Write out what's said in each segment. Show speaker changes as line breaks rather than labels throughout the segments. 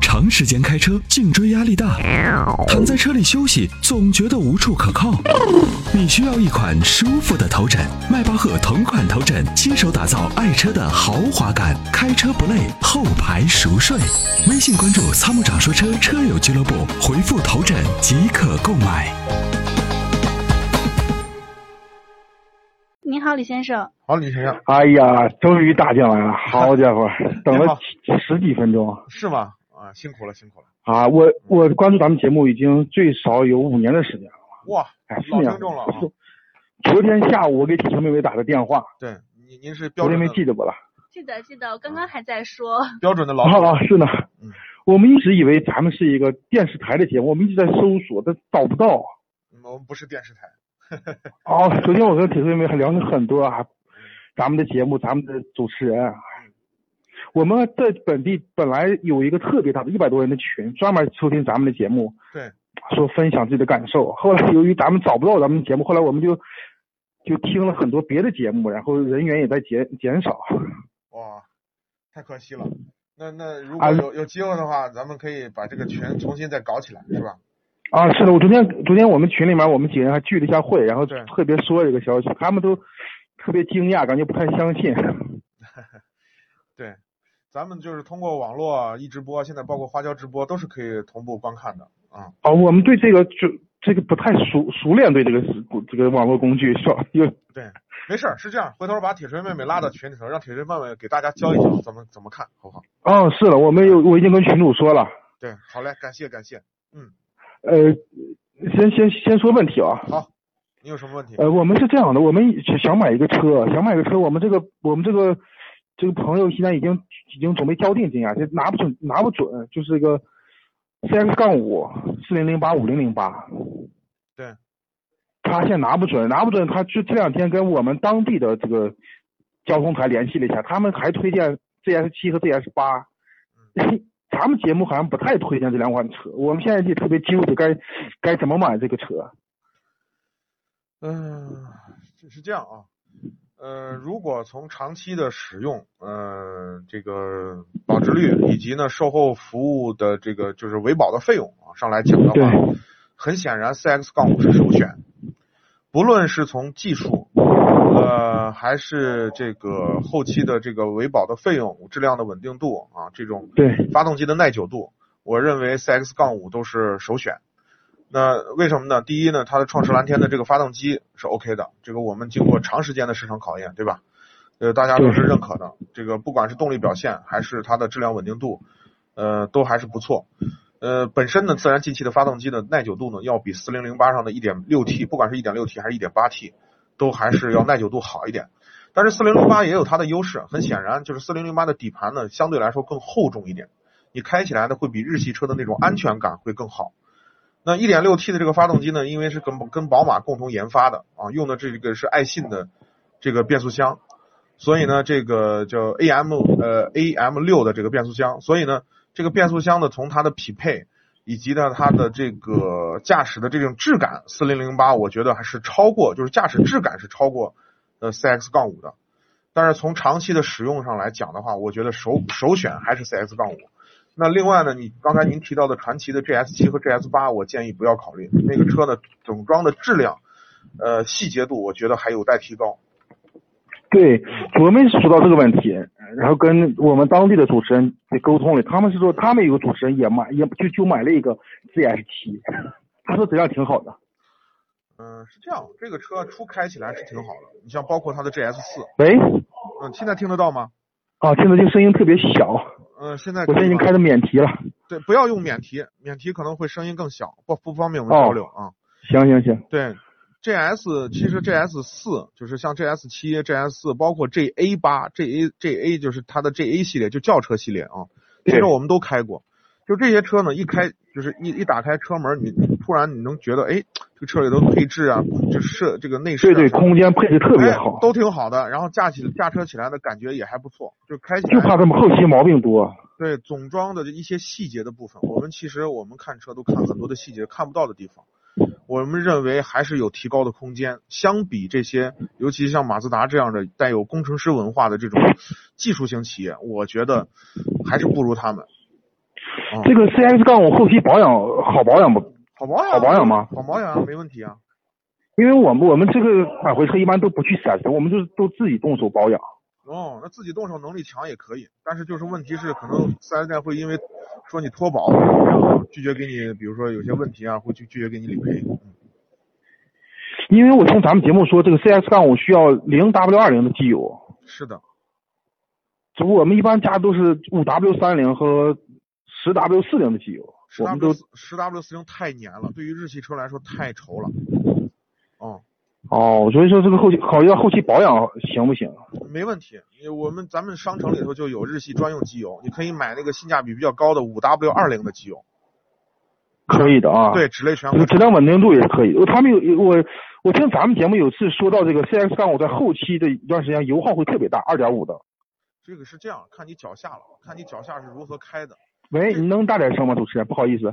长时间开车，颈椎压力大，躺在车里休息总觉得无处可靠。你需要一款舒服的头枕，迈巴赫同款头枕，亲手打造爱车的豪华感，开车不累，后排熟睡。微信关注“参谋长说车”车友俱乐部，回复“头枕”即可购买。
您好，李先生。
好，李先生，
哎呀，终于打进来了，好 家伙，等
你
了
好
几十几分钟
是吗？啊，辛苦了，辛苦了。
啊！我我关注咱们节目已经最少有五年的时间了，
哇，
哎，四
老
年
听众了啊。
昨天下午我给铁球妹妹打的电话，
对，您您是标
昨天
准
没
的
记得我了。
记得记得，我
嗯
刚刚还在说，
标准的老
啊啊，是呢
嗯。
我们一直以为咱们是一个电视台的节目，我们一直在搜索，但找不到。
嗯我们不是电视台。
哦，昨天我跟铁球妹妹还聊了很多啊，咱们的节目，咱们的主持人啊。我们在本地本来有一个特别大的一百多人的群，专门收听咱们的节目。
对，
说分享自己的感受。后来由于咱们找不到咱们节目，后来我们就就听了很多别的节目，然后人员也在减减少。
哇，太可惜了。那那如
啊
果有有机会的话，咱们可以把这个群重新再搞起来，是吧？
啊，是的，我昨天昨天我们群里面我们几个人还聚了一下会，然后
对
特别说了一个消息，他们都特别惊讶，感觉不太相信。
对，咱们就是通过网络一直播，现在包括花椒直播都是可以同步观看的啊、
啊，我们对这个就这个不太熟熟练，对这个这个网络工具是吧？有
对，没事儿，是这样，回头把铁锤妹妹拉到群里头，让铁锤妹妹给大家教一教怎么怎么看，好不好？
哦，是的，我们有我已经跟群主说了，
对，好嘞，感谢感谢。
呃，先先先说问题啊。
好，你有什么问题？
呃，我们是这样的，我们想想买一个车，想买个车，我们这个我们这个这个朋友现在已经已经准备交定金啊，就拿不准拿不准，就是这个 CX 杠五四零零八五零零八，
对，
他现在拿不准，拿不准，他就这两天跟我们当地的这个交通台联系了一下，他们还推荐 ZS 七和 ZS 八， 咱们节目好像不太推荐这两款车，我们现在就特别纠结该该怎么买这个车。
嗯，是是这样啊，呃，如果从长期的使用，呃，这个保值率以及呢售后服务的这个就是维保的费用啊上来讲的话，很显然 CX 杠五是首选，不论是从技术，呃，还是这个后期的这个维保的费用、质量的稳定度啊，这种
对，
发动机的耐久度，我认为 CX 杠五都是首选。那为什么呢？第一呢，它的创世蓝天的这个发动机是 OK 的，这个我们经过长时间的市场考验，对吧？呃，大家都是认可的。这个不管是动力表现还是它的质量稳定度，呃，都还是不错。呃，本身呢，自然进气的发动机的耐久度呢，要比四零零八上的一点六 T，不管是一点六 T 还是一点八 T，都还是要耐久度好一点。但是四零零八也有它的优势，很显然就是四零零八的底盘呢，相对来说更厚重一点，你开起来呢会比日系车的那种安全感会更好。那一点六 T 的这个发动机呢，因为是跟跟宝马共同研发的啊，用的这个是爱信的这个变速箱，所以呢，这个叫 AM 呃 AM 六的这个变速箱，所以呢，这个变速箱呢，从它的匹配以及呢它的这个驾驶的这种质感，四零零八我觉得还是超过，就是驾驶质感是超过呃 CX 杠五的。但是从长期的使用上来讲的话，我觉得首首选还是 CX 杠五。那另外呢，你刚才您提到的传奇的 GS 七和 GS 八，我建议不要考虑。那个车呢，总装的质量，呃，细节度，我觉得还有待提高。
对，我们说到这个问题，然后跟我们当地的主持人也沟通了，他们是说他们有个主持人也买，也就就买了一个 ZS 七， 他说质量挺好的。
嗯、是这样，这个车初开起来是挺好的。你像包括它的 GS 四，
喂，
嗯，现在听得到吗？
啊，听着这个声音特别小，
嗯、现在
我现在已经
可以吗
开着免提了。
对，不要用免提，免提可能会声音更小，不不方便我们
哦
交流啊。
行行行，
对，GS 其实 GS 四就是像 GS 七、GS 四，包括 GA 八、GA GA 就是它的 GA 系列，就轿车系列 啊。其
对
实我们都开过，就这些车呢，一开就是一一打开车门，你你突然你能觉得，哎，这个车里头配置啊，就是设这个内饰、啊
对、对，
什么
空间配置特别
哎
好，
都挺好的。然后驾起驾车起来的感觉也还不错，就开起来
就怕他们后期毛病多。
对总装的一些细节的部分，我们其实我们看车都看很多的细节看不到的地方，我们认为还是有提高的空间。相比这些，尤其像马自达这样的带有工程师文化的这种技术型企业，我觉得还是不如他们。嗯
这个 CX 杠五后期保养好保养不？
好保养，
好保养吗
好保养啊，没问题啊。
因为我们我们这个返回车一般都不去 4S 店，我们就是都自己动手保养。
哦，那自己动手能力强也可以，但是就是问题是，可能四 S 店会因为说你脱保，拒绝给你，比如说有些问题啊，会拒拒绝给你理赔。嗯
因为我听咱们节目说，这个 CX 杠五需要零 W 二零的机油，
是的，
只不过我们一般加都是五 W 三零和十 W 四零的机油，
十
我们都
W 十 W 四零太粘了，对于日系车来说太稠了。哦、
哦，所以说这个后期考虑到后期保养行不行？
没问题，因为我们咱们商城里头就有日系专用机油，你可以买那个性价比比较高的五 W 二零的机油，
可以的啊，
对，，脂类全合
这个
成
质量稳定度也可以。他们有有我我听咱们节目有次说到这个 CX 杠五在后期的一段时间油耗会特别大，二点五的。
这个是这样，看你脚下了，看你脚下是如何开的。
喂，你能大点声吗，主持人？不好意思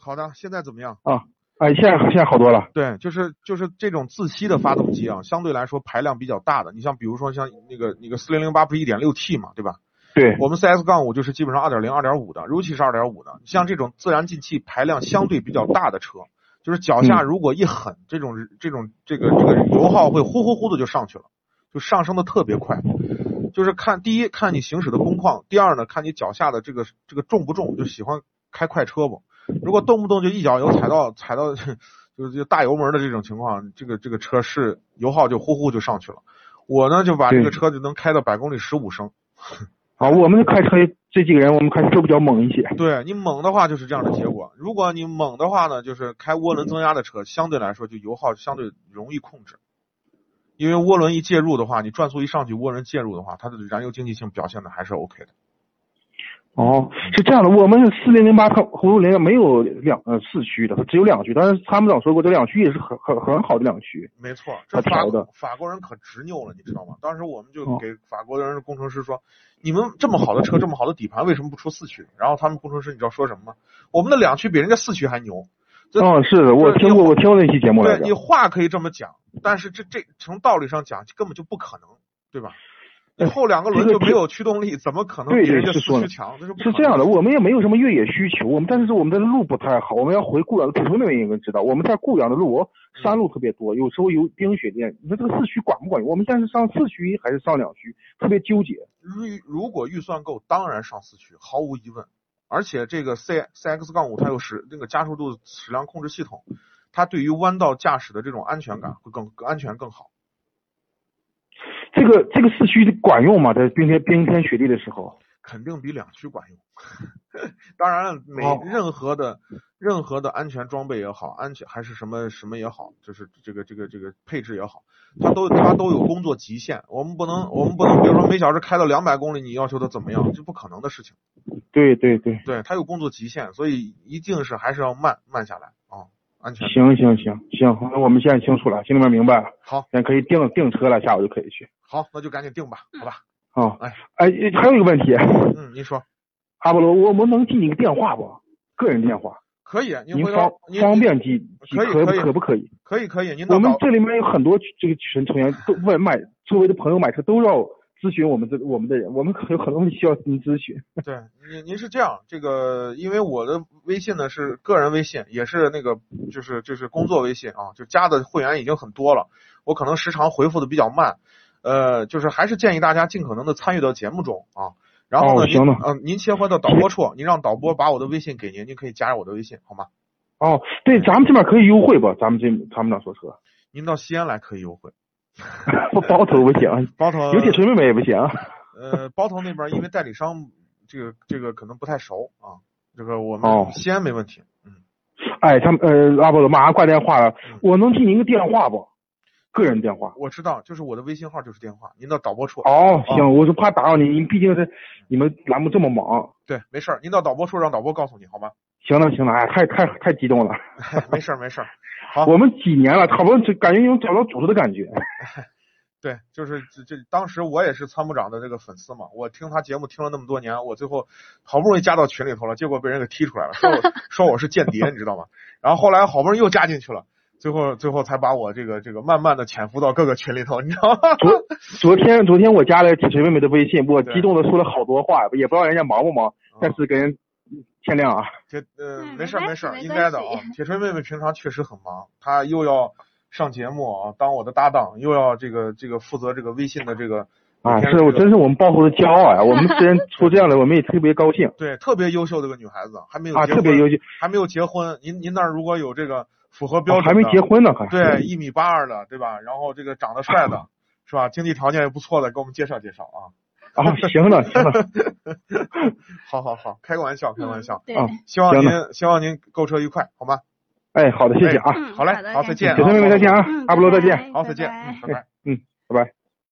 好的，现在怎么样？
啊，哎，现在现在好多了。
对，就是就是这种自吸的发动机啊，相对来说排量比较大的。你像比如说像那个那个四零零八不是一点六 T 嘛，对吧？
对，
我们 CS 杠五就是基本上二点零、二点五的，尤其是二点五的。像这种自然进气排量相对比较大的车，就是脚下
嗯
如果一狠，这种这种这个这个油耗会呼呼呼的就上去了，就上升的特别快。就是看第一看你行驶的工况，第二呢看你脚下的这个这个重不重，就喜欢开快车不？如果动不动就一脚油踩到踩到就就大油门的这种情况，这个这个车是油耗就呼呼就上去了。我呢就把这个
对
车就能开到百公里十五升。
啊，我们开车这几个人，我们开车都比较猛一些。
对你猛的话就是这样的结果。如果你猛的话呢，就是开涡轮增压的车，相对来说就油耗相对容易控制，因为涡轮一介入的话，你转速一上去，涡轮介入的话，它的燃油经济性表现的还是 OK 的。
哦，是这样的，我们四零零八它葫芦林没有两呃四驱的，它只有两驱，但是参谋长说过，这两驱也是很很很好的两驱。
没错，这
他
法
调的
法国人可执拗了，你知道吗？当时我们就
哦
给法国人的工程师说，你们这么好的车，这么好的底盘，为什么不出四驱？然后他们工程师你知道说什么吗？我们的两驱比人家四驱还牛。这
嗯，是的，我
对
听过，我听过那期节目来
对
着
你。话可以这么讲，但是这这从道理上讲根本就不可能，对吧？你
哎
后两个轮
这
就
个
没有驱动力，怎么可能
对
比人家
是
四
说
驱
的
强？那是不
是
可
这样
能
的，我们也没有什么越野需求，我们但是我们的路不太好，我们要回固阳。普通那边应该知道，我们在固阳的路哦山路特别多，有时候有冰雪地。你说这个四驱管不管用？我们现在是上四驱还是上两驱，特别纠结。
如如果预算够，当然上四驱，毫无疑问。而且这个 C C X 杠五它有使那个加速度矢量控制系统，它对于弯道驾驶的这种安全感会更更安全更好。
这个这个四驱管用吗？在冰天冰天雪地的时候，
肯定比两驱管用。 当然了，每
哦
任何的、任何的安全装备也好，安全还是什么什么也好，就是这个这个这个配置也好，它都它都有工作极限。我们不能我们不能，比如说每小时开到两百公里，你要求它怎么样，这不可能的事情。
对对对，
对，它有工作极限，所以一定是还是要慢慢下来啊、安全。
行行行行，那我们现在清楚了，心里面明白了，
好，
现在可以订订车了，下午就可以去。
好，那就赶紧定吧，好吧？
啊、
哎
哎，还有一个问题，
嗯，您说
阿波罗，我们能记你个电话不？个人电话，
可以，啊您
您
回
方
头您
方便记，记
可以
可
可以
可不可以？
可以可以，您到
我们
导
这里面有很多这个群成员都问买周围的朋友买车都要咨询我们这我们的人，我们可有很多问题需要您咨询。
对，您您是这样，这个因为我的微信呢是个人微信，也是那个就是就是工作微信啊，就加的会员已经很多了，我可能时常回复的比较慢，呃，就是还是建议大家尽可能的参与到节目中啊。然后呢，
哦
您
行了
呃，您切换到导播处，您让导播把我的微信给您，您可以加入我的微信，好吗？
哦，对，咱们这边可以优惠吧？咱们这参谋长说车，
您到西安来可以优惠，
不包头不行，
包头
有铁锤妹妹也不行。
呃，包头那边因为代理商这个这个可能不太熟啊，这个我
哦
们西安没问题，嗯。
哎，他们呃，阿波罗马上挂电话了，我能记您个电话不？个人电话。
我知道，就是我的微信号就是电话，您到导播处。
哦，
哦
行，我是怕打扰您，您毕竟是你们栏目这么忙。
对，没事儿，您到导播处让导播告诉你，好吗？哎
行了行了，哎，太太太激动了，
没事儿，没事儿。好
我们几年了，差不多就感觉有找到主子的感觉。
对，就是这这，当时我也是参谋长的这个粉丝嘛，我听他节目听了那么多年，我最后好不容易加到群里头了，结果被人给踢出来了，说我说我是间谍，你知道吗？然后后来好不容易又加进去了，最后最后才把我这个这个慢慢的潜伏到各个群里头，你知道吗？
昨昨天昨天我加了铁锤妹妹的微信，我
对啊
激动的说了好多话，也不知道人家忙不忙，但是给人限量啊，
铁呃
嗯
没事儿
没
没
关
事儿，
系没
应该的
关
啊。铁锤妹妹平常确实很忙，她又要上节目啊，当我的搭档，又要这个这个负责这个微信的这个
啊，
每天
是我
这个
真是我们报户的骄傲啊呀！我们虽然出这样的，我们也特别高兴
对特别优秀的一个女孩子，还没有
啊，
结
特别
婚
优秀，
还没有结婚。您您那儿如果有这个符合标
啊
准的，
还没结婚呢，还
对，一米八二的，对吧？然后这个长得帅 的，是吧？经济条件也不错的，给我们介绍介绍啊。
啊，行了 行了，
好好好，开个玩笑，开个玩笑。 哦
对，
啊
希望
行
您希望您购车愉快，好吗？
哎，好的，谢谢啊，
嗯
好嘞，
好的
好，
感
再
谢
见啊，
铁锤妹妹再见啊
嗯，
阿波罗再见。
好，再见
拜拜，
拜拜。
拜拜。